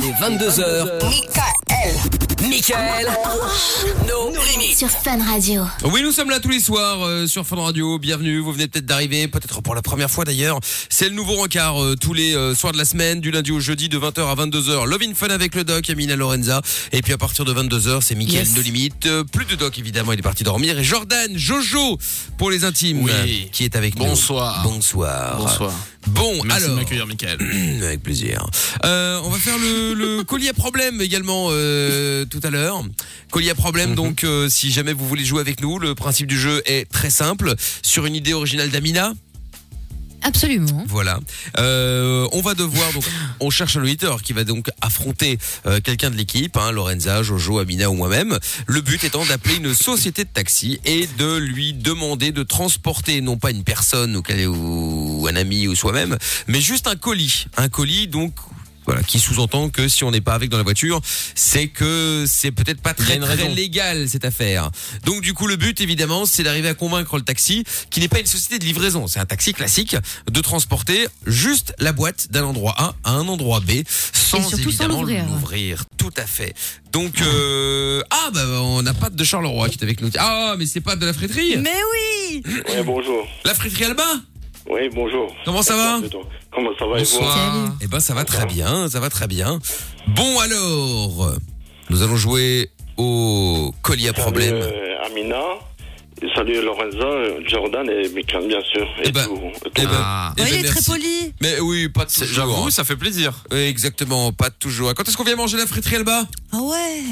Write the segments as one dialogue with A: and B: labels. A: Les 22h,
B: Michael.
A: Michael, No Limit.
C: Sur Fun Radio.
A: Oui, nous sommes là tous les soirs euh, sur Fun Radio. Bienvenue, vous venez peut-être d'arriver, peut-être pour la première fois d'ailleurs. C'est le nouveau rencard euh, tous les euh, soirs de la semaine, du lundi au jeudi de 20h à 22h. Love in Fun avec le doc, Amina Lorenza. Et puis à partir de 22h, c'est Mickaël
D: Yes.
A: No Limite. Euh, plus de doc évidemment, il est parti dormir. Et Jordan, Jojo pour les intimes,
D: Oui.
A: euh, qui est avec
D: Bonsoir.
A: nous. Bonsoir.
D: Bonsoir.
A: Bon,
D: Merci
A: alors.
D: de m'accueillir, Michael.
A: Avec plaisir. Euh, on va faire le, le collier à problème également euh, tout à l'heure. Collier à problème, donc euh, si jamais vous voulez jouer avec nous, le principe du jeu est très simple. Sur une idée originale d'Amina,
D: Hein
E: Absolument.
A: voilà. Euh, on va devoir, donc, on cherche un auditeur qui va donc affronter euh, quelqu'un de l'équipe, hein, Lorenza, Jojo, Amina ou moi-même. Le but étant d'appeler une société de taxi et de lui demander de transporter non pas une personne ou, quel- ou un ami ou soi-même, mais juste un colis. Un colis, donc. Voilà, qui sous-entend que si on n'est pas avec dans la voiture, c'est que c'est peut-être pas très,
D: une
A: très
D: raison.
A: légal cette affaire. Donc du coup, le but évidemment, c'est d'arriver à convaincre le taxi, qui n'est pas une société de livraison, c'est un taxi classique, de transporter juste la boîte d'un endroit A à un endroit B, sans
E: surtout sans
A: évidemment
E: l'ouvrir.
A: l'ouvrir. Tout à fait. Donc euh, ah bah on n'a pas de Charleroi qui est avec nous. Ah mais c'est pas de la fréterie.
E: Mais oui
F: Oui, bonjour.
A: La fréterie Alba.
F: Oui, bonjour.
A: Comment ça va
F: Comment ça va et vous
D: Ah.
E: Salut.
A: Eh ben ça va très bien, ça va très bien. Bon alors, nous allons jouer au collier à problème.
F: Salut, euh, Amina. Salut Lorenza, euh, Jordan et Mikan, bien sûr. Et
A: Eh ben,
F: tout- tout-
A: Eh ben,
D: Ah.
A: eh
E: Ouais,
A: ben,
E: Oh, il est très
A: merci.
E: poli.
A: Mais oui, pas toujours.
D: J'avoue, ça fait plaisir.
A: Oui, Exactement, pas toujours. Quand est-ce qu'on vient manger la friterie Alba
E: Ah ouais.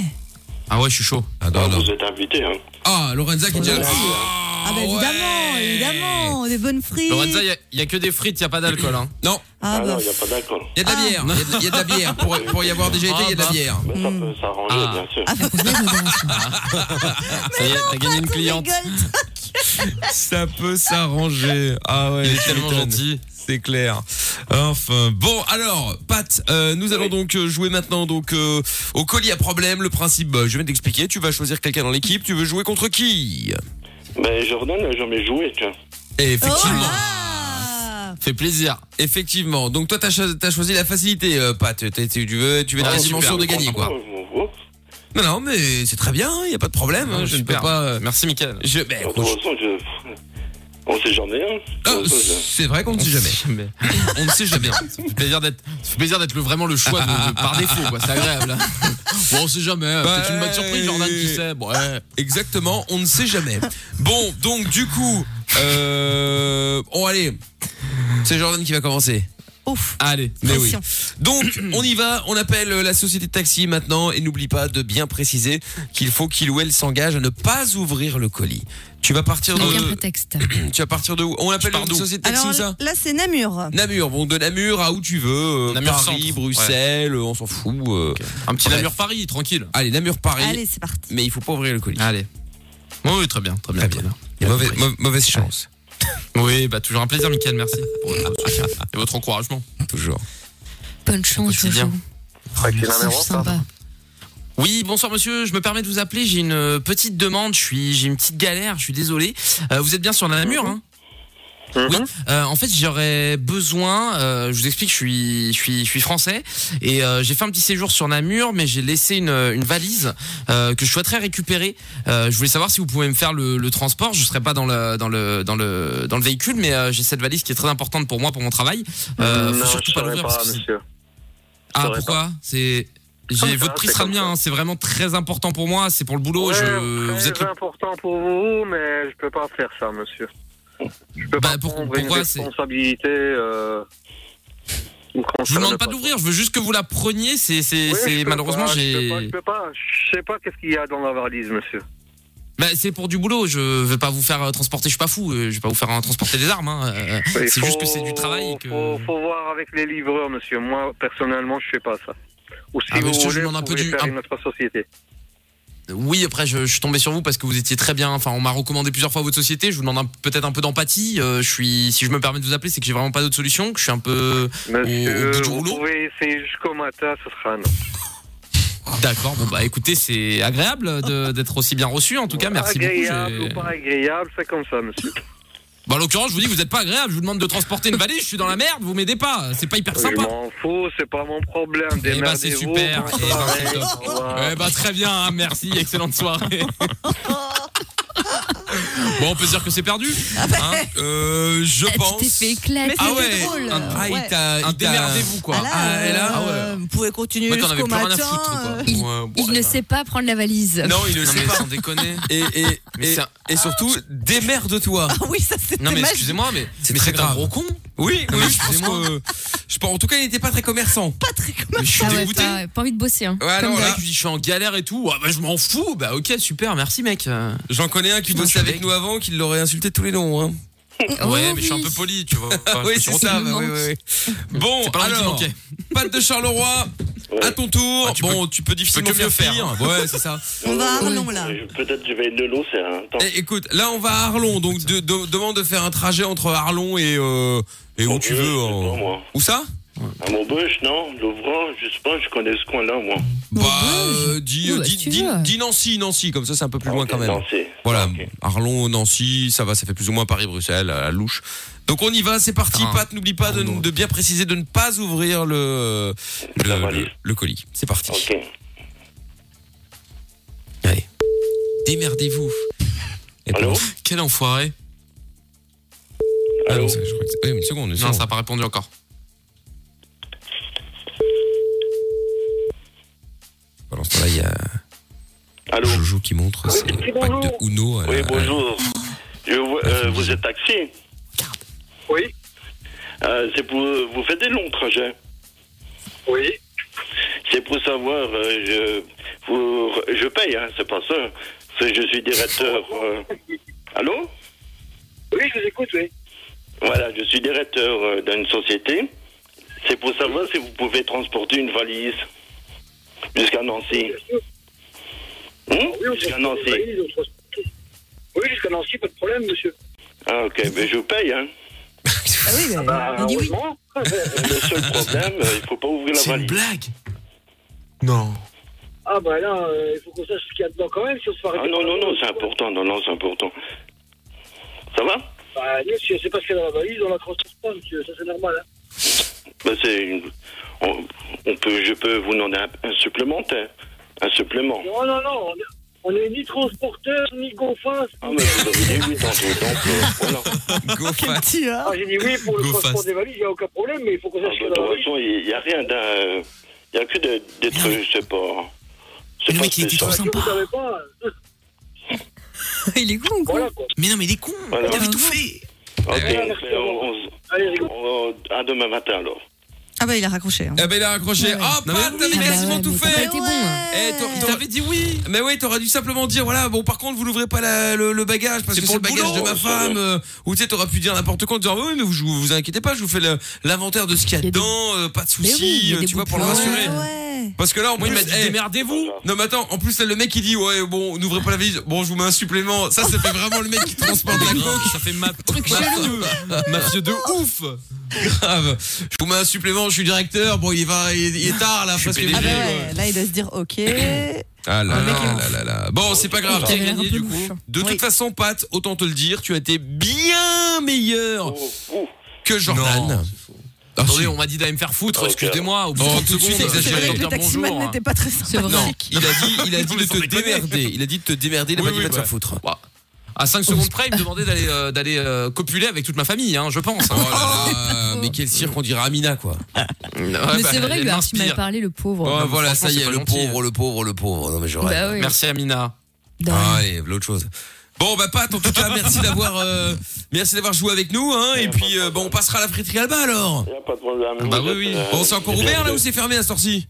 D: Ah ouais, je suis chaud.
A: Ah,
F: Ah, vous êtes invité. Hein.
A: ah Lorenza qui est déjà là.
E: Ah bah évidemment,
A: ouais.
E: évidemment, des bonnes frites.
D: Lorenza, il n'y a, que des frites, il n'y a pas d'alcool. Hein.
A: Non,
E: ah
F: ah
E: bah.
F: non, il n'y a pas d'accord.
A: il y a de la
E: Ah.
A: bière. Il y a de- il y, a de la bière. Pour, pour y avoir déjà été, il y a de la
D: Ah,
A: bière.
F: Mais Ben, ça peut s'arranger,
D: Ah.
F: bien sûr.
E: hmm. Ah, faut qu'on se mette dans un restaurant.
D: Ça y est, t'as gagné une cliente.
E: Rigole.
A: Ça peut s'arranger. Ah ouais,
D: Il est tellement gentil.
A: C'est clair. Enfin, bon, alors, Pat, euh, nous allons
F: Oui.
A: donc euh, jouer maintenant donc euh, au colis à problème. Le principe, bah, je vais t'expliquer. Tu vas choisir quelqu'un dans l'équipe. Tu veux jouer contre qui
F: Mais Jordan n'a jamais joué, tiens.
A: Et
E: Oh
A: Effectivement.
E: Ah.
D: Fait plaisir.
A: Effectivement. Donc toi, t'as cho- t'as choisi la facilité, euh, Pat. T'es- t'es- tu veux, tu veux être
D: Ah,
A: la
D: super.
A: dimension de gagner, quoi.
F: Oh,
A: Non, non, mais c'est très bien. Il y a pas de problème. hein, je ne peux
D: Ah, Super.
A: pas. euh,
D: Merci, Michael.
A: Je, ben,
F: De toute façon, je... on sait jamais. Hein.
A: Ah,
F: De toute façon, je-
A: c'est vrai qu'on ne sait jamais.
D: On ne sait jamais. Ça fait plaisir d'être, ça fait plaisir d'être le, vraiment le choix de, de- par défaut. Quoi. C'est agréable. hein. Bon, on sait jamais. euh,
A: Bah,
D: Peut-être une bonne surprise, Jordan, qui sait. Bon, ouais.
A: Exactement. On ne sait jamais. Bon, donc du coup, euh, on allez. C'est Jordan qui va commencer.
E: Ouf.
D: Allez.
A: Mais oui.
E: Attention.
A: Donc, on y va, on appelle euh, la société de taxi maintenant et n'oublie pas de bien préciser qu'il faut qu'il ou elle s'engage à ne pas ouvrir le colis. Tu vas partir
E: Aucun
A: de,
E: prétexte.
A: tu vas partir de où On appelle
D: pars
A: une
D: d'où
A: société de taxi
E: Alors
A: ou ça
E: là, c'est Namur.
A: Namur, bon de Namur à où tu veux, euh,
D: Namur
A: Paris,
D: centre, ouais.
A: Bruxelles, euh, on s'en fout. euh.
D: Un petit
A: Bref.
D: Namur Paris, tranquille.
A: Allez, Namur Paris,
E: Allez, c'est parti.
A: mais il faut pas ouvrir le colis.
D: Allez. Oui, oui, très bien. Très bien.
A: Très bien. Et mauvaise, Ah, mau- mauvaise chance,
D: Oui, bah toujours un plaisir, Michael. Merci pour votre soutien et votre encouragement.
A: toujours.
E: Bonne chance,
D: Quotidien.
E: Jojo.
F: Franklin
E: C'est
F: Amaro,
E: sympa.
D: Oui, bonsoir monsieur, je me permets de vous appeler, j'ai une euh, petite demande, je suis j'ai une petite galère, je suis désolé. Euh, vous êtes bien sur la Namur hein
G: Mm-hmm.
D: oui, Euh, en fait j'aurais besoin, euh, je vous explique, je suis, je suis, je suis français et euh, j'ai fait un petit séjour sur Namur, mais j'ai laissé une, une valise euh, que je souhaiterais récupérer. Euh, je voulais savoir si vous pouvez me faire le, le transport. Je serai pas dans le, dans le, dans le, dans le véhicule, mais euh, j'ai cette valise qui est très importante pour moi, pour mon travail. Euh, faut
G: Mm-hmm. non,
D: surtout
G: je
D: pas
G: saurais
D: l'ouvrir
G: pas,
D: parce que c'est-
G: monsieur.
D: Ah
G: T'aurais
D: pourquoi C'est j'ai
G: Ah, ça,
D: votre prix
G: c'est
D: sera le
G: comme
D: mien,
G: ça.
D: hein. c'est vraiment très important pour moi, c'est pour le boulot,
G: Ouais,
D: je vous
G: très
D: êtes le-
G: important pour vous, mais je peux pas faire ça, monsieur. Je peux
D: Bah,
G: pas
D: pour-
G: prendre une
D: pourquoi c'est-
G: responsabilité. Euh, qui me
D: je vous
G: concerne
D: demande pas
G: pas.
D: d'ouvrir, je veux juste que vous la preniez, c'est c'est
G: Oui, je
D: c'est
G: peux
D: malheureusement
G: pas, Je
D: j'ai
G: peux pas, je peux pas. Je sais pas qu'est-ce qu'il y a dans la valise, monsieur.
D: bah, c'est pour du boulot, je vais pas vous faire euh, transporter, je suis pas fou, euh, je vais pas vous faire euh, transporter des armes hein. euh,
G: Il
D: C'est
G: faut-
D: juste que c'est du travail et que
G: Faut, faut voir avec les livreurs, monsieur. Moi, personnellement, je fais pas ça. Ou si
D: Ah, mais
G: vous
D: je te
G: voulez,
D: demande un
G: vous
D: peu
G: pouvez
D: du-
G: faire
D: un-
G: une autre société.
D: Oui, après je, je suis tombé sur vous parce que vous étiez très bien, enfin on m'a recommandé plusieurs fois votre société, je vous demande un- peut-être un peu d'empathie, euh, je suis si je me permets de vous appeler, c'est que j'ai vraiment pas d'autre solution, que je suis un peu au
G: Monsieur,
D: bout du
G: vous
D: rouleau
G: pouvez essayer jusqu'au matin, ce sera un.
D: D'accord, bon bah écoutez, c'est agréable de- d'être aussi bien reçu en tout cas, merci beaucoup.
G: agréable
D: j'ai-
G: ou pas agréable, c'est comme ça, monsieur.
D: Bah, en l'occurrence, je vous dis, vous n'êtes pas agréable. Je vous demande de transporter une valise, je suis dans la merde, vous m'aidez pas. C'est pas hyper
G: Je
D: sympa.
G: m'en fous, c'est pas mon problème.
D: Eh bah, c'est
G: démerdez-vous,
D: super.
G: bonne
D: Eh bah, c'est
G: soirée,
D: top.
G: au revoir.
D: Eh bah, très bien, hein, merci, excellente soirée. bon, on peut se dire que c'est perdu. hein.
A: Euh, je
E: Ah,
A: pense.
E: bah. Tu t'es fait éclater.
B: Mais
A: Ah
B: C'était
A: ouais.
E: drôle.
A: Un- Ah, il
E: Ouais.
A: t'a. il t'a-
D: Un démerdez-vous,
B: bah.
D: quoi.
E: Ah là,
A: Ah, et là,
E: euh, vous pouvez continuer
D: Moi, t'en avais
E: jusqu'au
D: plus rien à
E: matin.
D: foutre, quoi.
E: euh,
B: Il,
D: Ouais, bon,
B: il ne
D: ouais.
B: sait pas prendre la valise.
A: Non, il le
D: Non,
A: sait
D: mais
A: pas.
D: sans déconner.
A: Et, et,
D: Mais
A: et,
D: ça-
A: et surtout, démerde-toi.
E: Ah oui, ça c'était
D: Non, mais
E: magique.
D: excusez-moi, mais
A: C'est
D: mais
A: très
D: c'est un
A: grave.
D: gros con.
A: Oui, oui, je
D: Non, mais
A: pense
D: excusez-moi.
A: que. Je pense, en tout cas, il n'était pas très commerçant.
E: Pas très comme
D: Mais je suis
B: Ah ouais,
D: dégoûté.
B: pas, pas envie de bosser. hein.
A: Ouais,
D: Comme
A: non,
D: le
A: là,
D: mec, il dit, je suis en galère et tout. Ah bah, je m'en fous. Bah, ok, super, merci, mec. Euh,
A: j'en connais un qui
D: Moi, je
A: bossait
D: suis
A: avec
D: deg.
A: nous avant, qui l'aurait insulté tous les noms. Hein.
D: ouais,
B: Oh
D: mais je suis un
B: oui.
D: peu poli, tu vois. Enfin,
A: oui,
D: je suis
A: c'est
D: honteux.
A: ça.
B: me
A: bah oui,
B: manque.
A: oui, oui. Bon,
D: C'est pas moi qui
A: alors,
D: manquais.
A: Pâte de Charleroi,
F: Ouais.
A: à ton tour.
D: Ah, tu
A: bon, tu peux difficilement
D: peux que mieux
A: faire. hein.
D: faire.
A: pire. Ouais, c'est ça.
E: On va à
B: Oui.
E: Arlon Oh là.
F: Euh, Peut-être je vais être de l'eau, c'est un temps.
A: Eh, écoute, là, on va à Arlon. Donc, de- de- demande de faire un trajet entre Arlon et, euh, et où tu
F: Maubeuge,
A: veux.
F: je sais
A: hein.
F: pas, moi.
A: Où ça
F: À Maubeuge, non Louvrant, je sais pas, je connais ce coin-là, moi.
A: Bah,
B: Maubeuge.
A: euh, dis,
B: Ouais,
A: euh,
B: bah,
A: dis,
B: si tu
A: dis-
B: veux.
A: dis Nancy, Nancy, comme ça c'est un peu plus
F: Ah,
A: loin
F: ok,
A: quand même.
F: non, c'est-
A: Voilà,
F: ah, ok.
A: Arlon, Nancy, ça va, ça fait plus ou moins Paris-Bruxelles, à la louche. Donc on y va, c'est parti,
F: Ah.
D: Putain.
A: Pat, n'oublie pas de,
D: Pardon.
A: de bien préciser de ne pas ouvrir le, le,
F: La
A: le-
F: valise.
A: le colis. C'est parti.
F: Ok.
A: Allez, démerdez-vous. Et
F: Allô
A: puis-
D: Quel enfoiré.
A: Ah
F: Allô
A: non, ça, je crois que c'est- oui, une seconde, une
D: Non,
A: seconde.
D: ça n'a pas répondu encore.
A: Pendant ce temps-là, il y a
F: Allô
A: Jojo qui montre ses
F: Oui,
A: packs de
F: bonjour.
A: Uno. à la-
F: Oui, bonjour. Je vois- euh,
A: Bonjour.
F: vous êtes taxi
G: Oui,
F: Euh, C'est pour. Vous faites des longs trajets
G: oui.
F: C'est pour savoir. euh, je, vous- je paye, hein, c'est pas ça. C'est- Je suis directeur. euh, Allô
G: Oui, je vous écoute, oui.
F: Voilà, je suis directeur euh, d'une société. C'est pour savoir si vous pouvez transporter une valise jusqu'à Nancy. Hum jusqu'à Nancy.
G: Oui, jusqu'à Nancy, pas de problème, monsieur.
F: Ah, ok, mais je paye, hein.
E: Ah oui, bah, on dit oui.
F: Le seul problème, euh, il faut pas ouvrir la
D: C'est une
F: valise.
D: blague. Non.
G: Ah bah là, euh, il faut qu'on sache ce qu'il y a dedans quand même, si on se fait
F: Ah
G: arrêter
F: non,
G: par la
F: non, non,
G: police.
F: c'est important, non, non, c'est important. Ça va
G: Bah, nous, si on sait pas ce qu'il y a dans la valise, on la transporte pas, monsieur, ça c'est normal. Hein.
F: Bah, c'est une- on, on peut, je peux vous demander un, un supplémentaire. Un supplément.
G: Non, non, non, on est- on est ni transporteur, ni gonfin.
F: Ah, mais vous avez dit oui tantôt, donc, euh, voilà.
A: Go Fat.
E: Tu vois.
G: Ah, j'ai dit oui pour le
A: Go
G: transport
A: fast.
G: des valises, il n'y a aucun problème, mais il faut qu'on
F: Ah,
G: sache ce qu'il
F: bah,
G: y
F: de
G: a dans la
F: toute
G: valise.
F: façon, il n'y a rien d'un. euh, Il n'y a que des, des trucs, je sais pas.
D: Mais
F: C'est
D: le
F: pas
D: mec, il était
F: spécial.
D: trop
G: Si vous
D: sympa.
G: savez pas, euh,
B: Il est con ou quoi
G: voilà quoi.
D: Mais non, mais il est con.
F: Voilà.
D: Il avait tout fait.
F: Ok,
G: Ouais, merci,
F: mais on- on s-
G: Allez, rigole.
F: on- à demain matin alors.
E: Ah bah il a raccroché. hein.
A: Eh ben il a raccroché.
B: Ouais, ouais.
A: Oh,
D: Non, mais
A: Pat,
D: oui.
A: t'avais
B: Ah bah
A: quasiment
B: ouais,
A: tout
B: mais t'as
A: fait.
B: pas été bon, hein.
A: Eh, t'aurais-
D: Il
A: t'aurais-
D: t'avait dit oui.
A: Mais oui, t'aurais dû simplement dire voilà, bon par contre vous l'ouvrez pas la- le, le bagage parce
D: C'est
A: que c'est
D: pour
A: le
D: le
A: bagage
D: boulot,
A: de ma
F: ça,
A: femme.
F: ouais.
A: euh, ou tu sais, t'aurais pu dire n'importe quoi en disant oui, mais vous, je- vous inquiétez pas, je vous fais le- l'inventaire de ce qu'il y a
B: Il y a des-
A: dedans, euh, pas de
B: Mais oui, il
A: soucis,
B: y a
A: euh,
B: des
A: tu vois, pour le
B: boucles.
E: Ouais, Ah
A: rassurer.
E: ouais.
A: Parce que là, en
D: Moi,
A: plus,
D: il m'a dit
A: eh,
D: démerdez-vous.
A: non mais attends, en plus là, le mec il dit ouais bon n'ouvrez pas la valise, bon je vous mets un supplément, ça ça fait vraiment le mec qui transporte la coke.
D: Ça fait ma truc
A: chelou.
D: Mafieux de ouf.
A: Grave. Je vous mets un supplément, je suis directeur, bon il va il, il est tard là
D: Je suis
A: parce que
D: PDG,
E: Ah bah
D: ouais.
E: ouais, là il doit se dire ok.
A: Ah là
D: Ah
A: là
D: non.
A: là là là. Bon, c'est pas grave,
F: Il
A: t'as
B: avait l'air
A: gagné
B: un peu
A: du coup.
B: mouche.
A: De
E: Oui.
A: toute façon, Pat, autant te le dire, tu as été bien meilleur
F: Oh, ouh.
A: que Jordan.
D: Non.
A: Ah, si.
D: Attendez, on m'a dit d'aller me faire foutre,
F: Ah, ok.
D: excusez-moi. Au bout de
A: Oh,
D: 30
A: tout de suite,
D: secondes,
A: exagéré.
E: C'est
A: J'allais
E: vrai
D: j'allais
E: que
D: dire
E: le taximan
A: hein.
D: bonjour. hein.
E: n'était pas très
B: C'est
E: sympa.
B: vrai.
A: Non, il a dit, il a
D: Non,
A: dit
D: mais
A: de
D: sans
A: te
D: déconner.
A: démerder. Il a dit de te démerder, il a
D: Oui,
A: pas dit
D: oui,
A: va te
D: bah.
A: faire foutre.
D: Bah, À 5 secondes près, il me demandait d'aller euh, d'aller euh, copuler avec toute ma famille, hein, je pense.
A: Oh là là, mais quel cirque on dirait Amina quoi.
B: Mais
D: bah,
A: bah,
B: c'est vrai, lui, il m'a parlé, le pauvre.
A: Oh,
D: mais
A: voilà,
D: franchement,
A: ça y
D: c'est
A: est,
D: pas
A: le
D: gentil.
A: pauvre, le pauvre, le pauvre. Non mais je rêve.
B: Bah oui.
D: Merci Amina.
B: De
A: Ah,
B: rien.
A: allez, l'autre chose. Bon bah Pat, en tout cas, merci d'avoir euh, merci d'avoir joué avec nous hein, et puis euh, bon, on passera à la friterie Alba alors.
F: Il n'y a pas de problème.
D: Ah bah
F: Vous
D: oui,
F: êtes,
D: oui.
F: euh,
A: Bon, c'est encore
F: bien
A: ouvert là
F: de-
A: ou c'est fermé à sortie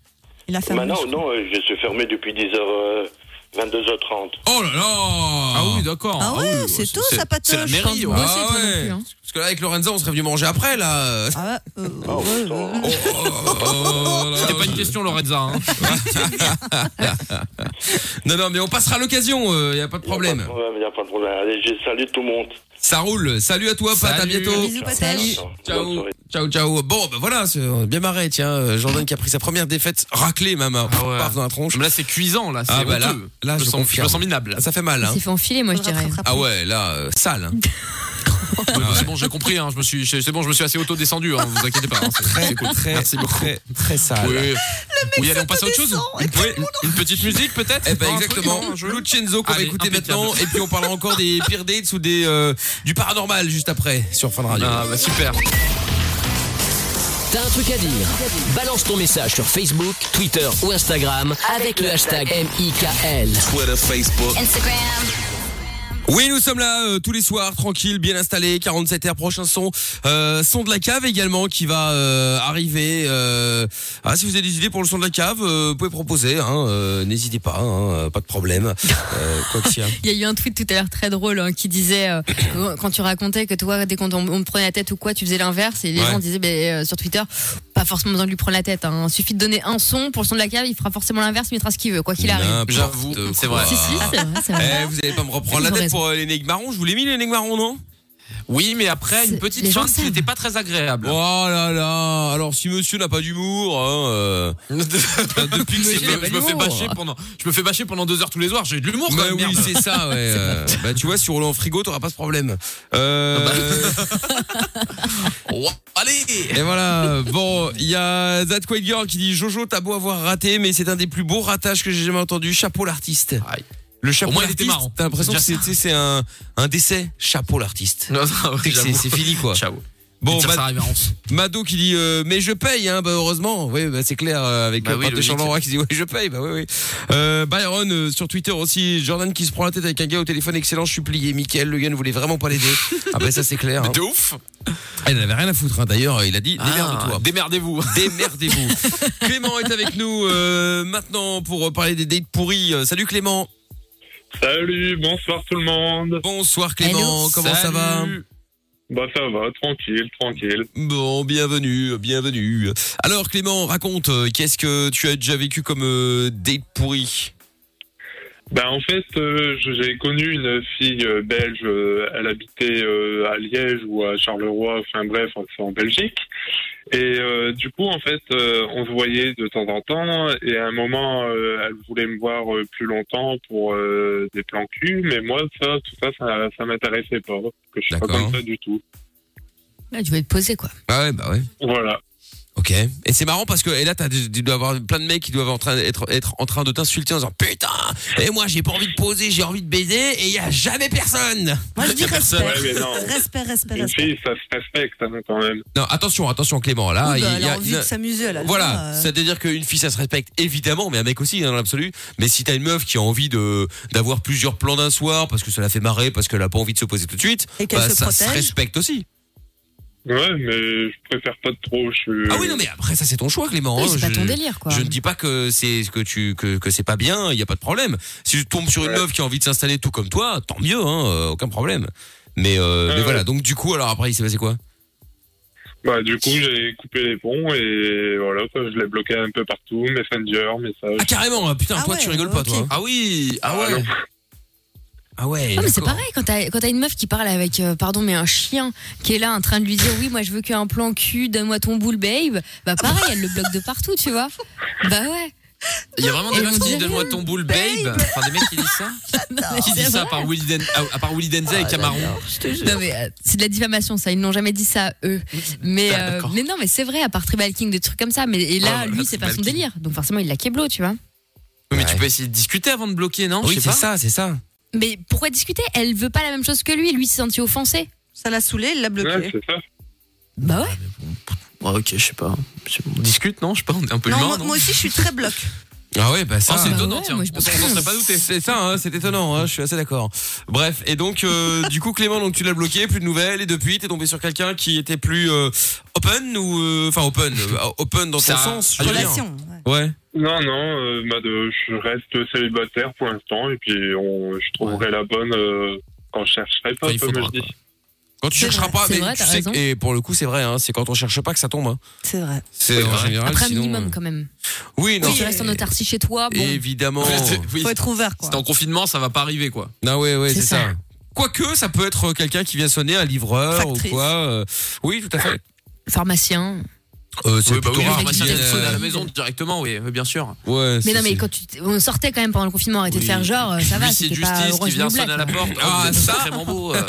E: Il a fait
F: Bah
E: un
F: non, non, euh, je suis fermé depuis euh, 10h, 22h30.
A: Oh là là
D: Ah oui, d'accord.
E: Ah ouais,
D: oui,
E: c'est tout, ça patoche,
D: C'est la
E: je pense.
D: mairie, ouais.
B: Bosser,
A: Ah
B: toi non
A: ouais.
B: plus, hein.
A: Parce que là, avec Lorenzo, on serait venu manger après, là.
E: Ah ouais, euh,
F: Oh,
E: ouais,
F: putain.
E: ouais.
A: Oh, oh, oh, oh,
D: C'était pas une question, Lorenza. hein.
A: Non, non, mais on passera à l'occasion, euh, y a pas de problème.
F: Il n'y a pas de problème. Allez, je salue tout le monde.
A: Ça roule. Salut à toi, Pat, à
D: Salut.
A: bientôt.
E: Bisous, Patel.
A: Salut.
F: Bonne
A: Ciao.
F: soirée.
A: Ciao, ciao. Bon, ben voilà, c'est on est bien marré, tiens. euh, Jordan qui a pris sa première défaite, raclée même, hein,
D: Ah ouais.
A: paf, dans la tronche.
D: Mais Là, c'est cuisant, là. c'est
A: Ah bah là,
D: honteux.
A: là, je
D: me sens, je
A: confirme.
D: me sens minable.
A: Ça fait mal,
B: Il
A: hein.
B: s'est fait enfiler, moi, je
E: Faudra
B: dirais.
E: rattraper.
A: Ah ouais, là, euh, sale. hein.
D: Ouais, bah, c'est bon, j'ai compris. hein, je me suis, c'est bon, je me suis assez auto descendu. Hein, vous inquiétez pas. hein, c'est-
C: Très,
D: c'est cool.
C: très,
D: Merci beaucoup.
C: très, très
A: Ah
C: sale.
D: Oui, oui, allez, on passe à autre chose.
E: s'autodescend,
D: Une, oui, une petite musique peut-être.
A: Eh ben
D: Non, un truc,
A: exactement.
D: non, un jeu
A: Lucenzo qu'on va
D: Allez,
A: écouter
D: impeccable.
A: maintenant et puis on parlera encore des pires dates ou des euh, du paranormal juste après sur Fun Radio.
D: Ah bah super.
H: T'as un truc à dire Balance ton message sur Facebook, Twitter ou Instagram avec le hashtag MIKL.
I: Twitter, Facebook.
J: Instagram.
A: Oui, nous sommes là euh, tous les soirs, tranquilles, bien installés. 47 heures, prochain son, euh, son de la cave également qui va euh, arriver. euh, ah, si vous avez des idées pour le son de la cave, euh, vous pouvez proposer. hein, euh, N'hésitez pas, hein, euh, pas de problème. Euh, quoi qu'il y a.
B: Il y a eu un tweet tout à l'heure très drôle hein, qui disait euh, que quand tu racontais que toi dès qu'on t'en- on te prenait la tête ou quoi tu faisais l'inverse et les
A: Ouais.
B: gens disaient ben, euh, sur Twitter pas forcément besoin de lui prendre la tête. Hein. Suffit de donner un son pour le son de la cave il fera forcément l'inverse il mettra ce qu'il veut quoi qu'il arrive.
A: N'importe
D: J'avoue,
A: quoi.
D: c'est vrai.
B: Si si Ah, c'est vrai, c'est vrai.
A: Eh, vous allez pas me reprendre
B: Ils
A: la
B: ont
A: tête
B: raison.
A: pour euh, les nègres marrons. Je vous l'ai mis les nègres marrons, non
D: Oui, mais après une
B: C'est-
D: petite
B: les gens
D: fin qui
B: savent.
D: n'était pas très agréable.
A: Oh là là. Alors si monsieur n'a pas d'humour, hein, euh,
D: Depuis que
A: Monsieur,
D: c'est- je, me-
A: il a
D: je
A: pas
D: me fais
A: d'humour.
D: bâcher pendant, je me fais bâcher pendant deux heures tous les soirs. J'ai de l'humour quand
A: Bah
D: même.
A: oui,
D: merde.
A: c'est ça, ouais. Euh, bah, tu vois, sur le frigo, t'auras pas ce problème.
D: Ah bah.
A: Euh,
D: Oh, allez.
A: et voilà. Bon, il y a That Quaid Girl qui dit Jojo, t'as beau avoir raté, mais c'est un des plus beaux ratages que j'ai jamais entendu. Chapeau l'artiste.
D: Aïe.
A: Le chapeau
D: Au moins, il était
A: l'artiste,
D: marrant.
A: T'as l'impression que
D: Déjà
A: c'est tu sais, c'est un, un décès. Chapeau l'artiste.
D: Non, non,
A: C'est-
D: j'avoue.
A: C'est fini, quoi.
D: Ciao.
A: Bon,
D: Bon,
A: bah-
D: sa révérence.
A: Mado qui dit euh, mais je paye hein bah heureusement oui bah c'est clair euh, avec
D: Bah
A: le
D: oui,
A: printemps de
D: logique.
A: Charleroi qui dit oui je paye bah oui oui euh, Byron euh, sur Twitter aussi Jordan qui se prend la tête avec un gars au téléphone excellent je suis plié Mickaël le gars ne voulait vraiment pas l'aider ah bah ça c'est clair hein.
D: De ouf.
A: elle n'avait rien à foutre hein. d'ailleurs il a dit
D: Ah,
A: démerde-toi
D: Démerdez-vous.
A: démerdez-vous Clément est avec nous euh, maintenant pour euh, parler des dates pourries Euh, salut Clément
G: Salut, bonsoir tout le monde.
A: bonsoir Clément
B: Hello.
A: comment ça va
D: Salut.
G: Bah ça va, tranquille, tranquille.
A: bon bienvenue bienvenue alors Clément raconte euh, qu'est-ce que tu as déjà vécu comme euh, date pourrie
G: Ah, Bah en fait, euh, je- j'ai connu une fille euh, belge. euh, elle habitait euh, à Liège ou à Charleroi, enfin bref, en, en Belgique. Et euh, du coup, en fait, euh, on se voyait de temps en temps. Et à un moment, euh, elle voulait me voir euh, plus longtemps pour euh, des plans cul. Mais moi, ça, tout ça, ça, ça m'intéressait pas. Parce que je suis pas
A: D'accord.
G: comme ça du tout.
B: Là, tu vas être posé quoi.
A: Ah ouais, bah ouais.
G: Voilà.
A: Ok. Et c'est marrant parce que et là, t'as- tu dois avoir plein de mecs qui doivent en train, être, être en train de t'insulter en disant Putain, et moi j'ai pas envie de poser, j'ai envie de baiser et il y a jamais personne.
E: Moi, je dis respect.
G: Ouais, mais non.
E: Respect, respect,
G: Une
E: respect.
G: fille, ça se respecte hein, quand même.
A: Non, attention, attention Clément, là, Ah,
E: Oui,
A: il
E: bah,
A: y
E: elle
A: a-
E: a envie de s'amuser, elle a le droit,
A: Voilà,
E: euh.
A: c'est-à-dire qu'une fille ça se respecte évidemment, mais un mec aussi hein, dans l'absolu. Mais si t'as une meuf qui a envie de d'avoir plusieurs plans d'un soir parce que ça la fait marrer, parce qu'elle a pas envie de se poser tout de suite,
E: Et qu'elle
A: bah,
E: se
A: ça se
E: protège.
A: respecte aussi.
G: Ouais, mais je préfère pas trop. Je suis...
A: Ah oui, non mais après ça c'est ton choix Clément.
B: Oui,
A: hein,
B: c'est pas
A: je-
B: ton délire quoi.
A: Je ne dis pas que c'est que tu que, que c'est pas bien, il y a pas de problème. Si tu tombes sur une
G: Ouais.
A: meuf qui a envie de s'installer tout comme toi, tant mieux hein, euh, aucun problème. Mais euh,
G: Ouais,
A: mais
G: ouais.
A: voilà, donc du coup alors après il s'est passé quoi
G: Bah, du coup, j'ai coupé les ponts et voilà, quoi, je l'ai bloqué un peu partout, Messenger, message.
A: Ah carrément, hein, putain,
E: Ah
A: toi
E: ouais,
A: tu rigoles pas
E: ok.
A: toi.
D: Ah oui. Ah ouais.
G: non.
A: Ah ouais.
B: Non, mais c'est
A: d'accord.
B: pareil quand t'as quand t'as une meuf qui parle avec euh, pardon mais un chien qui est là en train de lui dire oui moi je veux qu'un plan cul donne-moi ton boule babe bah pareil elle le bloque de partout tu vois bah ouais
D: Il y a vraiment des
B: Et
D: meufs
B: on
D: qui disent
B: dirait
D: donne-moi ton boule, babe. Enfin, des mecs qui disent ça. Qui dit
B: C'est
D: ça à
B: vrai.
D: part Willy Den- Ah, à- à part Willy
B: Ah
D: Denza et Cameron
B: Non mais euh, c'est de la diffamation ça, ils n'ont jamais dit ça eux. Mais
D: Ah,
B: euh,
D: d'accord.
B: mais non mais c'est vrai à part Tribal King des trucs comme ça mais et
D: Ah,
B: là
D: voilà,
B: lui c'est pas
D: Tribal
B: son
D: King.
B: délire. Donc forcément il l'a kéblo, tu vois.
D: Oui, Mais
A: Ouais.
D: tu peux essayer de discuter avant de bloquer, non
A: Oui,
D: Je sais
A: c'est
D: pas.
A: ça, c'est ça.
B: Mais pourquoi discuter Elle veut pas la même chose que lui, lui s'est senti offensé.
E: Ça l'a saoulé, il l'a
G: Ouais,
E: bloqué.
G: c'est ça.
B: Bah ouais.
D: Ouais, ok, je sais pas. Je- On discute, non Je sais pas, on est un peu
E: Non,
D: humain,
E: moi,
D: non
E: moi aussi, je suis très bloc.
A: Ah ouais, bah ça.
D: Ah, c'est
B: Bah
D: étonnant,
B: ouais,
D: tiens.
B: moi, je peux
D: On s'en
B: pas
D: on s'en serait
B: comprendre.
D: pas douté.
A: c'est ça, hein, c'est étonnant, hein, je suis assez d'accord. Bref, et donc euh, du coup Clément, donc tu l'as bloqué, plus de nouvelles, et depuis t'es tombé sur quelqu'un qui était plus euh, open ou euh, enfin open, euh, open dans ton
D: Ça-
A: sens. je veux dire.
E: Relation. ouais.
A: Ouais.
G: Non, non, euh, bah, de- je reste célibataire pour l'instant et puis on, je trouverai la bonne euh, quand je chercherai pas,
D: Quand il
G: comme
D: faudra,
G: je dis.
D: quoi.
A: Quand tu
B: C'est
A: chercheras
B: vrai,
A: pas,
B: c'est
A: mais
B: vrai,
A: tu
B: t'as
A: sais que-
B: raison.
A: et pour le coup, c'est vrai, hein, c'est quand on cherche pas que ça tombe. hein.
E: C'est vrai.
A: C'est en
D: vrai.
A: général.
B: Après un
A: sinon,
B: minimum
A: euh,
B: quand même.
A: Oui, non.
B: Quand tu restes en autarcie chez toi, bon.
A: Évidemment.
D: Oui,
E: Faut être ouvert, quoi.
D: c'est en confinement, ça va pas arriver, quoi.
A: Ah ouais, ouais, c'est
B: C'est
A: ça. Quoique, ça peut être quelqu'un qui vient sonner, un livreur ou
E: Factrice.
A: quoi. euh, Oui, tout à fait.
B: Pharmacien.
A: Euh, c'est
D: Oui, bah
A: plutôt
D: oui,
A: rare.
D: on va
A: qu'il y
D: chercher
A: ait,
D: le soda à
A: euh,
D: la maison directement, oui, oui, bien sûr.
A: Ouais,
B: Mais
A: c'est-
B: non, mais
A: c'est-
B: quand tu t- on sortait quand même pendant le confinement, arrêtez de
D: Oui.
B: faire genre, euh, ça va,
D: Lui, c'est
B: c'était
D: Justice
B: pas
D: qui
B: Orange
D: vient
B: New Black,
D: sonner à la
B: quoi.
D: porte.
A: Ah,
D: Ah,
A: ça
D: ça vraiment beau. euh.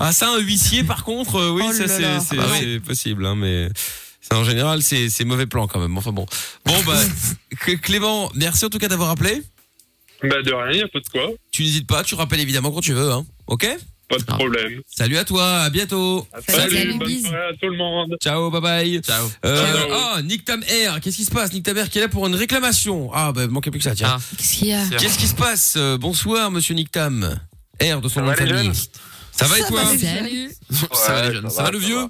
A: ah ça un huissier par contre euh, oui
E: Oh
A: ça
E: là
A: c'est
E: là.
A: c'est-
D: Ah bah oui.
A: c'est possible hein, mais c'est- en général c'est c'est mauvais plan quand même enfin bon bon bah Clé- Clément merci en tout cas d'avoir appelé
G: Bah de rien, y a pas de quoi.
A: tu n'hésites pas tu rappelles évidemment quand tu veux hein ok
G: Pas de
D: Ah.
G: problème.
A: salut à toi à bientôt
B: Salut, salut,
G: bonne
B: bise.
G: soirée à tout le monde.
A: ciao bye bye
D: Ciao.
A: euh,
G: Ciao.
A: ah Nick Tam Air qu'est-ce qui se passe Nick Tam Air qui est là pour une réclamation ah bah manquait plus que ça tiens
D: Ah.
B: Qu'est-ce qu'il y a
D: C'est-
A: qu'est-ce qui se passe Euh, bonsoir monsieur Nick Tam Air de son
F: Ça
A: nom de
F: va, les
A: famille
F: jeunes
A: ça va et
E: Ça
A: toi
E: va, les jeunes.
B: Salut.
D: ça va les
F: Ouais,
D: jeunes.
F: ça
D: Ça va
F: va,
D: le
F: ça
D: vieux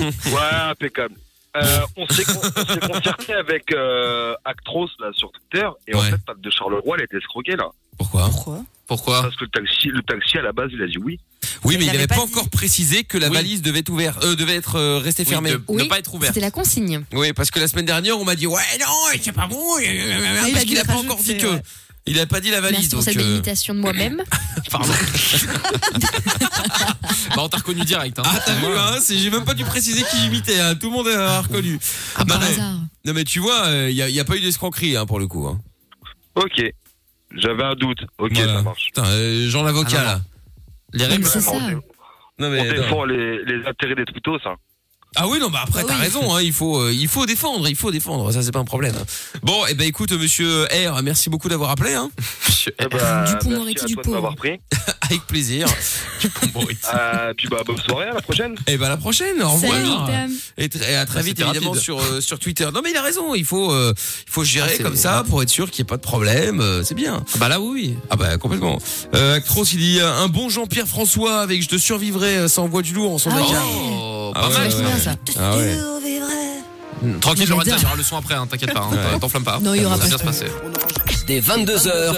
F: Ouais, impeccable. Euh, on s'est con- on s'est concerté avec euh, Actros là sur Twitter et en
A: Ouais.
F: fait Pape de Charleroi elle était escroquée là
A: pourquoi
E: Pourquoi
D: Pourquoi
F: parce que le taxi le taxi à la base il a dit oui
A: Oui, mais il
E: Il
A: n'avait
E: avait
A: pas,
E: pas dit.
A: encore précisé que la
D: Oui.
A: valise devait être ouverte, euh, devait être euh, restée fermée.
D: de-
B: Oui.
D: Ne pas être ouvert.
B: C'était la consigne.
A: Oui, parce que la semaine dernière, on m'a dit ouais, non, c'est pas bon, euh,
E: il
A: parce
E: a dû
A: qu'il a
E: le
A: pas
E: rajouter,
A: encore dit que.
E: ouais.
A: Il a pas dit la
B: Merci
A: valise,
B: pour
A: donc.
B: cette
A: euh, Ah,
B: délimitation de moi-même.
D: Pardon. bah, on t'a reconnu direct. Hein.
A: Ah, t'as vu, hein, c'est- j'ai même pas dû préciser qui imitait, hein, tout le monde a reconnu.
B: Ah,
A: Non,
B: par
A: mais-
B: hasard.
A: Non, mais tu vois, il n'y a, y a pas eu d'escroquerie, hein, pour le coup. Hein.
F: ok j'avais un doute ok
A: Voilà.
F: ça marche
A: Putain, euh, Jean l'avocat,
D: Ah, non,
A: là.
D: Les
B: Mais
D: règles.
B: c'est ça.
F: on,
A: Non,
F: on
A: mais, non.
F: défend les, les intérêts des twittos hein. ça
A: Ah oui, non, bah après,
E: Ah
A: t'as
E: oui.
A: raison, hein, il, faut, euh, il faut défendre, il faut défendre, ça c'est pas un problème. Bon, et eh ben écoute, monsieur R, merci beaucoup d'avoir appelé, hein,
F: Eh ben,
B: Du
F: merci
B: pont Moretti
F: à
B: du
F: toi de
B: pauvre.
F: m'avoir pris
A: avec plaisir.
F: Euh, puis bah bonne soirée à la prochaine
A: Et ben à la prochaine, au
B: Salut,
A: revoir.
B: Tam.
A: Et, tr- et à très
D: Ah,
A: vite
D: c'était
A: évidemment
D: rapide.
A: sur euh, sur Twitter. Non mais il a raison, il faut euh, il faut gérer
D: Ah, c'est-
A: comme ça pour être sûr qu'il n'y ait pas de problème, euh, c'est bien.
D: Ah Bah là, oui.
A: Ah bah complètement. Euh, Actros il dit euh, un bon Jean-Pierre François avec je te survivrai euh, ça envoie du lourd en son
B: Ah
A: regard.
D: Oh,
A: Ah
D: pas
A: ouais,
B: C'est
D: mal.
B: vachement
A: ouais.
B: bien ça.
A: Ah ouais.
D: Mm, Tranquille,
B: Mais
D: Lorenza,
B: j'adore.
D: il y aura le son après, hein, t'inquiète pas, hein,
A: Ouais.
D: t'enflamme pas.
B: Non, il y aura
D: ça va
B: pas
D: bien
B: de
D: se passer.
H: Dès 22h,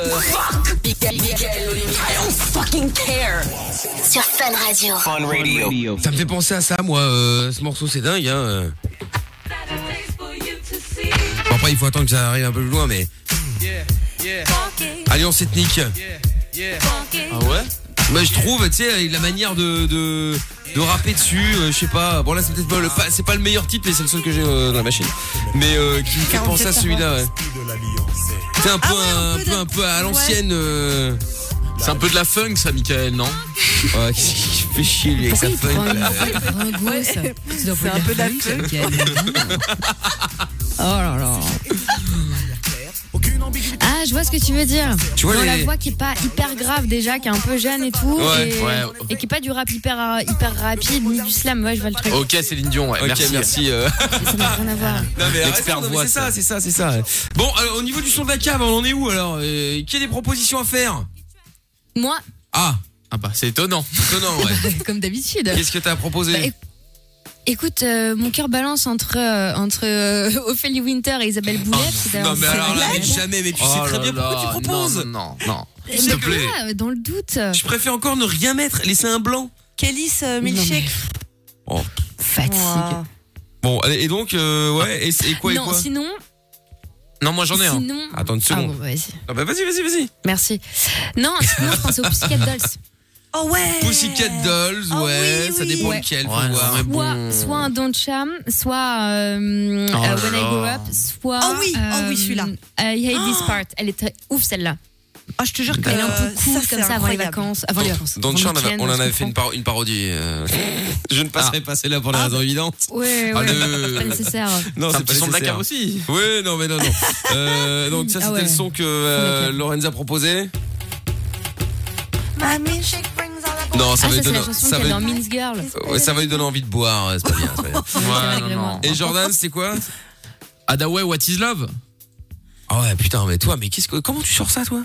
C: Sur Fun Radio.
A: Ça me fait penser à ça moi euh, ce morceau c'est dingue hein. euh. Bon, après il faut attendre que ça arrive un peu plus loin mais Alliance ethnique.
D: Ah ouais
A: Bah, je trouve, tu sais, avec la manière de, de, de rapper dessus, euh, je sais pas. Bon, là, c'est peut-être pas le, pas- c'est pas le meilleur titre, mais c'est le seul que j'ai euh, dans la machine. Mais euh, qui me fait
E: 47
A: penser à celui-là, ouais. C'est un peu,
E: Ah ouais,
A: un,
E: un peu
A: peu,
E: de-
A: un peu à
E: ouais.
A: l'ancienne. euh,
D: C'est un peu de la funk, ça, Michael, non
A: Ouais, qu'est-ce qui fait chier, lui, avec sa
B: Pourquoi il
A: funk,
B: prend
A: là.
B: une ringo, ça Tu dois
E: C'est un
B: pas
E: peu
B: dire
E: de la
B: ça, Mickaël. Oh là là. Ah, je vois ce que tu veux dire.
A: Tu vois
B: Dans
A: les-
B: la voix qui est pas hyper grave déjà, qui est un peu jeune et tout,
A: Ouais,
B: et,
D: ouais.
B: et qui est pas du rap hyper hyper rapide ni du slam. Ouais, je vois le truc.
D: Ok, Céline Dion, ouais,
A: Ok,
D: merci.
A: merci. euh.
B: Ça n'a rien à voir.
A: Non, mais arrête,
D: L'expert
A: non, mais
D: voix,
A: c'est
D: ça.
A: ça, c'est ça, c'est ça. Bon, alors, au niveau du son de la cave, on en est où alors Euh, Qui a des propositions à faire
B: Moi,
A: Ah,
D: Ah bah, c'est étonnant.
A: étonnant, ouais.
B: comme d'habitude.
A: Qu'est-ce que t'as proposé
B: Bah, éc- Écoute, euh, mon cœur balance entre euh, entre euh, Ophélie Winter et Isabelle Boulet. c'est d'ailleurs-
A: Ah, Non, mais
B: c'est
A: alors là, mais
B: vrai.
A: jamais, mais tu
D: Oh
A: sais très
D: là
A: bien pourquoi
D: là,
A: tu proposes.
D: Non, non, non.
B: Mais
A: s'il te
B: voilà, Ah, dans le doute.
A: Je préfère encore ne rien mettre, laisser un blanc.
E: Kelly euh,
B: Non,
E: milkshake.
B: mais-
A: Oh.
B: Fatigue.
E: Ouah.
A: Bon, allez, et donc, euh, ouais, et, et quoi et
B: non,
A: quoi
B: sinon,
D: Non, moi, j'en ai un.
B: sinon...
A: Attends une
B: Ah
A: seconde.
B: bon, vas-y.
A: Ah bah vas-y, vas-y, vas-y.
B: Merci. Non, sinon, je pense aux Pussycat Dolls.
E: Oh
B: Eh.
E: ouais.
A: Pussycat Dolls,
E: Ah
A: ouais,
E: oui,
A: ça
E: oui.
A: dépend
B: Ouais.
A: de quel, faut
D: Ouais,
A: voir.
D: ouais,
B: Soit,
D: bon.
B: soit un Don't Cham, soit euh,
D: Oh
B: euh, When
D: là
B: I Grow
D: là.
B: Up, soit.
E: Ah oui, ah oui,
B: euh,
E: celui-là.
B: I Hate This
E: Ah.
B: Part. Elle est très ouf celle-là.
E: Ah, je te jure que
B: Elle est un
E: euh,
B: peu cool
E: ça,
B: comme
E: c'est
B: ça avant les
E: incroyable.
B: vacances. Avant les vacances.
A: Dans le
B: avant
A: chat, on,
B: le
A: avait-
B: week-end,
A: on en
B: se
A: avait fait
B: comprend.
A: une, par- une parodie. euh, Ah. Je ne passerai pas celle-là pour des raisons évidentes.
B: Ouais,
A: Ah,
B: ouais.
A: le-
B: Pas nécessaire. Ah,
A: Non,
D: C'est un
A: c'est pas
D: petit son de la
A: nécessaire.
D: cave aussi.
A: Oui, non, mais non, non. Euh, donc, ça,
B: Ah
A: c'était
B: ouais.
A: le son que euh, Lorenza proposait. Non, ça va
B: ah, ça,
A: lui
B: c'est
A: donner
B: la chanson
A: ça
B: qu'elle a dans
A: va lui-
B: Means Girl.
A: ouais, ça va lui donner envie de boire. euh, C'est pas bien. c'est pas bien.
D: Ouais, non,
B: agréable.
D: non.
A: Et Jordan, c'est quoi
D: Adaway, What is Love
A: Ah ouais, putain, mais toi, mais qu'est-ce que, comment tu sors ça, toi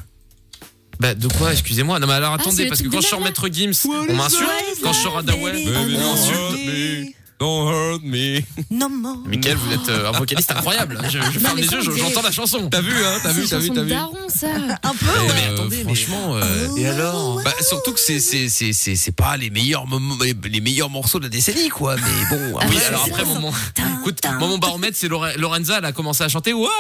D: Bah, de quoi, excusez-moi Non, mais alors attendez,
B: Ah, c'est le
D: parce que
B: truc
D: quand
B: de
D: je sors
B: Lala.
D: Maître Gims, on m'insulte. Quand je sors Adaway.
B: Ah
A: Mais- mais
E: Oh,
A: non,
E: non,
A: mais-
E: mais-
A: Don't hurt me.
E: Non, non.
D: Michael, vous êtes euh, un vocaliste incroyable. Je, je ferme
B: mais
D: les
B: ça,
D: yeux,
B: on
D: je-
B: dirait-
D: j'entends la chanson.
A: T'as vu, hein T'as vu,
B: C'est
A: t'as
B: une
A: vu,
B: chanson
A: t'as
B: de
A: vu.
B: daron, ça.
E: Un peu.
A: Mais,
E: ouais.
A: euh, franchement. euh,
E: Oh,
D: Et alors
A: Bah, surtout que c'est c'est c'est c'est c'est pas les meilleurs moments- les, les meilleurs morceaux de la décennie quoi mais
E: Ah.
A: bon
D: Oui,
A: après,
D: alors
A: c'est-
D: après, mon, mon- écoute, moi, mon baromètre, c'est Lore- Lorenza, elle a commencé à chanter Waouh, waouh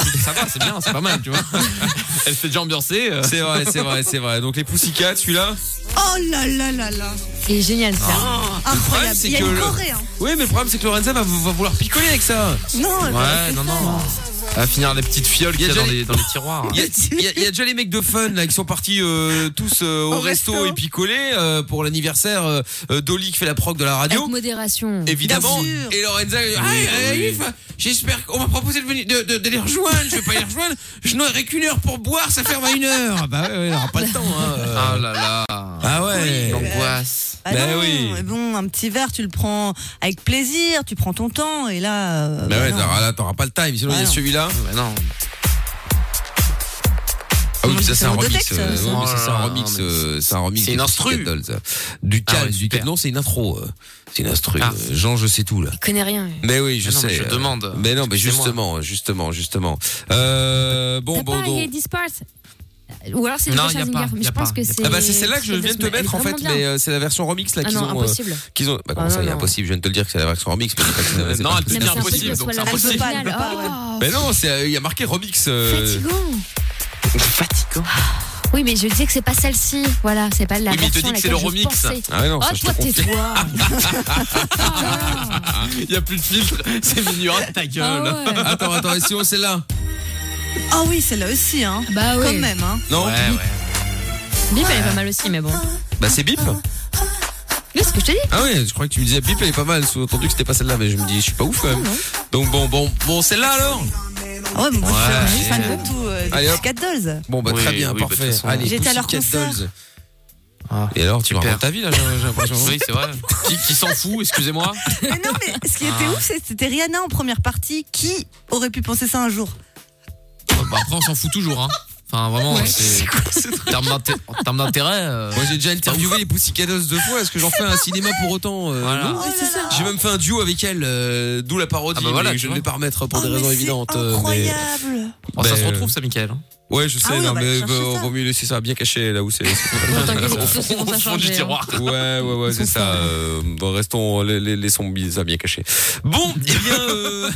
D: Ah, Je dis, Ça va, c'est bien, c'est pas mal, tu vois. Elle s'est déjà ambiancée. euh.
A: c'est vrai c'est vrai c'est vrai donc les Pussycat celui-là
E: Oh là là là là.
B: C'est génial
D: Ah.
B: ça.
E: Incroyable.
A: c'est
E: Il y a
A: que
E: une
A: le-
E: Corée. hein.
A: Oui, mais le problème, c'est que Lorenza va, va vouloir picoler avec ça.
E: Non, elle va
D: Ouais,
E: rester
D: non,
E: seule.
D: non. Elle va finir les petites fioles qu'il y a
A: Il y a
D: dans
A: déjà
D: les, dans les tiroirs.
A: Il y, a- il y a- il y a déjà les mecs de fun là qui sont partis euh, tous euh, au,
E: Au
A: resto,
E: resto.
A: et picoler euh, pour l'anniversaire euh, euh, d'Oli qui fait la prog de la radio.
B: Avec modération.
A: Évidemment.
E: Bien sûr.
A: Et Lorenza, elle dit,
D: Oui,
A: Ah,
D: oui,
A: Yves, j'espère qu'on m'a proposé de, venir, de, de- de les rejoindre. Je vais pas les rejoindre. Je n'aurai qu'une heure pour boire. Ça ferme à une heure. Ah Bah ouais, ouais, on n'aura pas le temps. hein, euh.
D: Ah là là.
A: Ah ouais.
D: L'angoisse.
E: Ah
A: Bah
E: non,
A: oui.
E: mais bon, un petit verre, tu le prends avec plaisir, tu prends ton temps, et là. euh,
A: Bah ouais,
E: non.
A: t'auras- là, t'auras pas le time. Sinon, il y a
E: Ouais.
A: celui-là.
D: Bah non.
A: Ah oui, mais ça c'est un
E: C'est un
A: remix.
E: remix,
A: euh,
E: ça.
A: ouais, mais ça, c'est un
D: Oh là
A: remix.
D: là,
A: euh, C'est Ah, un remix.
D: c'est une
A: des
D: instru.
A: Pussycat Dolls, ça. Du calme,
D: ouais,
A: du calme.
D: super.
A: Non, c'est une intro. euh. C'est une instru.
D: Ah.
A: euh, Jean, je sais tout là.
B: Il connaît rien. lui.
A: Mais oui, je
D: Mais non,
A: sais.
D: mais je
A: euh,
D: demande.
A: Mais non, mais
D: Excusez-moi.
A: justement, justement, justement. Euh, bon,
B: T'as
A: bon,
B: pas
A: bon.
B: Heidi Sparks Ou alors c'est
D: Non,
B: déjà
D: y a
B: Scherzinger,
D: pas,
B: mais
D: y a
B: je pense
D: pas.
B: que c'est.
A: Ah bah c'est celle-là que je
B: c'est
A: viens de te
B: elle est
A: mettre en fait,
B: vraiment bien.
A: mais euh, c'est la version remix là
B: Ah
A: qu'ils
B: non,
A: ont. euh,
B: impossible.
A: qu'ils ont. Bah comment
B: Ah
A: ça,
B: non,
A: il est
B: non.
A: impossible Je viens de te le dire que c'est la version remix. Mais c'est pas que c'est- c'est
D: Non,
A: pas
D: elle te
A: que
D: dit
A: c'est
B: Non, mais
A: impossible.
D: impossible,
B: c'est
D: donc
B: impossible
D: c'est
B: qu'elle soit
E: impossible.
B: là,
E: Elle peut
B: l'album
E: pas, elle peut
B: final.
A: Mais non, c'est, euh, il y a marqué remix.
B: Oh,
A: euh,
B: Fatigant.
D: Fatigant.
B: Oui, mais je disais que c'est pas celle-ci. Voilà, c'est pas la
D: Oui, mais il te
B: version
D: dit
B: à
D: que c'est le
B: laquelle je
D: remix.
B: pensais.
A: Ah ouais, non,
B: Oh,
A: ça, je te
B: toi,
A: confie.
B: tais-toi. Oh là là.
D: Il y a plus de filtre. C'est mignon. Ah, ta
B: Ah
D: gueule.
B: ouais.
A: Attends, attends, et si on c'est là
E: Ah oui, celle-là aussi, hein.
B: Bah ouais.
E: Quand même, hein.
A: Non
D: Ouais, ouais.
B: Bip, elle est pas mal aussi, mais bon.
A: Bah c'est Bip.
B: Mais c'est ce que je te dis.
A: Ah oui, je crois que tu me disais Bip, elle est pas mal. Sous-entendu que c'était pas celle-là, mais je me dis, je suis pas ouf quand même. Donc bon, bon, bon, celle-là alors.
E: Ah ouais, mais moi, je suis fan
D: ouais.
E: de tout. Euh,
A: Allez,
E: des
A: hop.
E: Pussycat Dolls.
A: Bon bah
D: Oui,
A: très bien,
D: oui, bah, de
A: parfait.
D: toute façon.
A: Allez,
E: J'étais à leur
A: Pussycat
E: concert.
A: Dolls.
D: Ah,
A: Et alors, tu
D: super.
A: racontes ta vie là, j'ai j'ai l'impression. non
D: Oui, c'est vrai. Qui, qui s'en fout, excusez-moi
E: Mais non, mais ce qui
A: Ah.
E: était ouf, c'est que c'était Rihanna en première partie. Qui aurait pu penser ça un jour
D: Bah, Après, on s'en fout toujours. Hein. Enfin, vraiment, c'est. En termes d'inté- en termes d'intérêt. euh,
A: Moi j'ai déjà interviewé les Pussycat Dolls deux fois. Est-ce que j'en fais un cinéma pour autant euh,
D: Voilà.
A: non
E: Ouais, c'est ça.
A: J'ai même fait un duo avec elle, euh, d'où la parodie.
D: Ah bah voilà,
A: mais
D: tu
A: je ne
D: vois.
A: vais pas remettre pour
E: Oh,
A: des
E: mais
A: raisons
E: c'est
A: évidentes. euh, mais-
E: Incroyable.
D: oh, ça
A: Ben,
D: se retrouve, ça, Michael. hein.
A: Ouais, je sais,
E: Ah oui,
A: non,
E: on va
A: mais
E: aller chercher
A: euh,
E: ça.
A: vaut mieux laisser ça bien caché là où c'est. c'est-
B: Tant que
D: Au
B: les choses
D: fond-
B: vont
D: au
B: pas
D: fond du
B: changer, hein.
D: tiroir.
A: ouais, ouais, ouais, c'est ça. euh, bon, restons, les, les, laissons ça bien caché. Bon, eh bien, euh,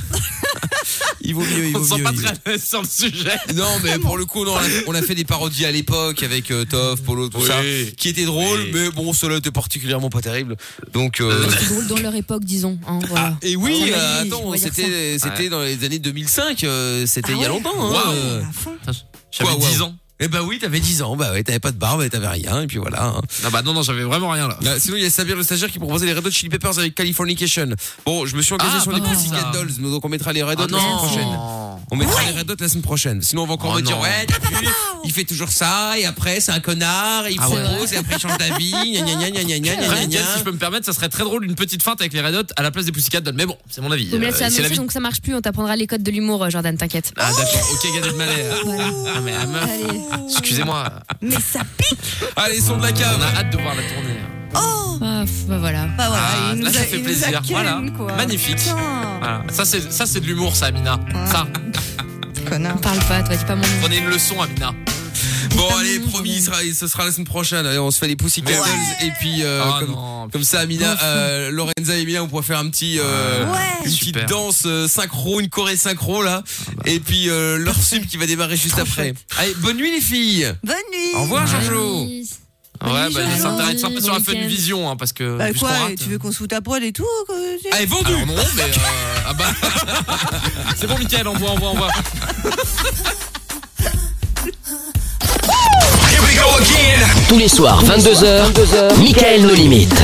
A: il vaut mieux, il vaut
D: On se sent
A: mieux,
D: pas
A: il vaut
D: très à l'aise sur le sujet.
A: Non, mais pour le coup, non, on, a, on a fait des parodies à l'époque avec euh, Toff, Polo, tout
D: Oui.
A: ça, qui étaient drôles,
D: Oui.
A: mais bon, cela était particulièrement pas terrible. Donc, euh,
B: C'est drôle dans leur époque, disons. hein, voilà.
A: et oui,
B: Ah,
A: euh,
B: oui, on
A: attends,
B: va dire
A: c'était c'était
D: Ouais.
A: dans les années 2005, euh, c'était
E: Ah
A: il y a
E: ouais.
A: longtemps. Hein,
D: Waouh.
A: euh.
E: À fond.
D: J'avais
A: Quoi,
D: 10
A: waouh
D: ans.
A: Eh ben oui, t'avais 10 ans, bah ouais, t'avais pas de barbe, t'avais rien, et puis voilà. hein.
D: Ah bah non, non, j'avais vraiment rien là.
A: Là, sinon, il y a Sabir le stagiaire qui proposait les Red Hot Chili Peppers avec Californication. Bon, je me suis engagé
D: Ah,
A: sur
D: pas
A: les
D: mal,
A: Pussycat
D: ça.
A: Dolls, donc on mettra les Red Hot
D: Ah
A: la semaine prochaine.
D: non.
A: On mettra les Red Hot la semaine prochaine. Sinon, on va encore
D: Oh
A: me dire,
D: non.
A: ouais, t'as vu, il fait toujours ça, et après, c'est un connard, et il
D: Ah ouais.
A: propose, et après, il change d'avis, gna gna gna gna gna gna gna gna
D: Après, Michael, si je
A: gna.
D: peux me permettre, ça serait très drôle une petite feinte avec les Red Hot à la place des Pussycat Dolls. Mais bon, c'est mon avis.
B: Oui,
D: Euh,
B: mais là, c'est
D: c'est la
B: annoncé,
D: vie.
B: donc ça marche plus. On t'apprendra les codes de l'humour, euh, Jordan, t'inquiète.
D: Ah d'accord, ok, Gad Elmaleh.
B: Voilà.
D: Ah mais la meuf,
B: Allez.
D: excusez-moi.
E: Mais ça pique.
A: Allez, son de la
D: On a
A: cave.
D: hâte de voir la tournée.
E: Oh
B: Ah, pff, bah voilà.
E: Bah voilà,
D: Ah,
E: il nous
D: là,
E: a,
D: ça fait
E: il nous a
D: plaisir.
E: ken,
D: Voilà.
E: quoi.
D: Magnifique.
E: Putain.
D: Voilà. Ah. Ça c'est ça c'est de l'humour, ça, Amina. Ça.
E: Connard.
B: Parle pas, toi, dis pas mon nom.
D: Prenez une leçon, Amina.
A: Bon,
B: pas
A: allez,
B: mignon,
A: promis,
B: Jordan.
A: il sera- ce sera la semaine prochaine. Allez, on se fait les Pussycat
D: Ouais.
A: Dolls, et puis, euh,
D: Ah
A: comme-
D: non.
A: Comme ça, Amina, euh, Lorenza et Emina, on pourra faire un petit, euh,
E: Ouais.
A: une
D: Super. Ah bah.
A: petite danse euh, synchro, une choré synchro là. Et puis euh, leur sub qui va démarrer juste après. Allez, bonne nuit les filles.
E: Bonne nuit.
A: Au revoir Jojo.
B: Nice.
D: Ouais, bah
B: Bonjour.
D: ça t'arrête pas sur la
B: Bon
D: fun
B: week-end.
D: vision, hein, parce que.
E: Bah
D: vu ce
E: quoi,
D: qu'on
E: et
D: rate.
E: tu veux qu'on se foute à poil et tout quoi, tu-
A: Allez, vendu.
D: Alors non, mais euh, ah bah. c'est bon, Michael, envoie, envoie, envoie.
H: Tous les soirs, 22h, 22h, Michael nos limites.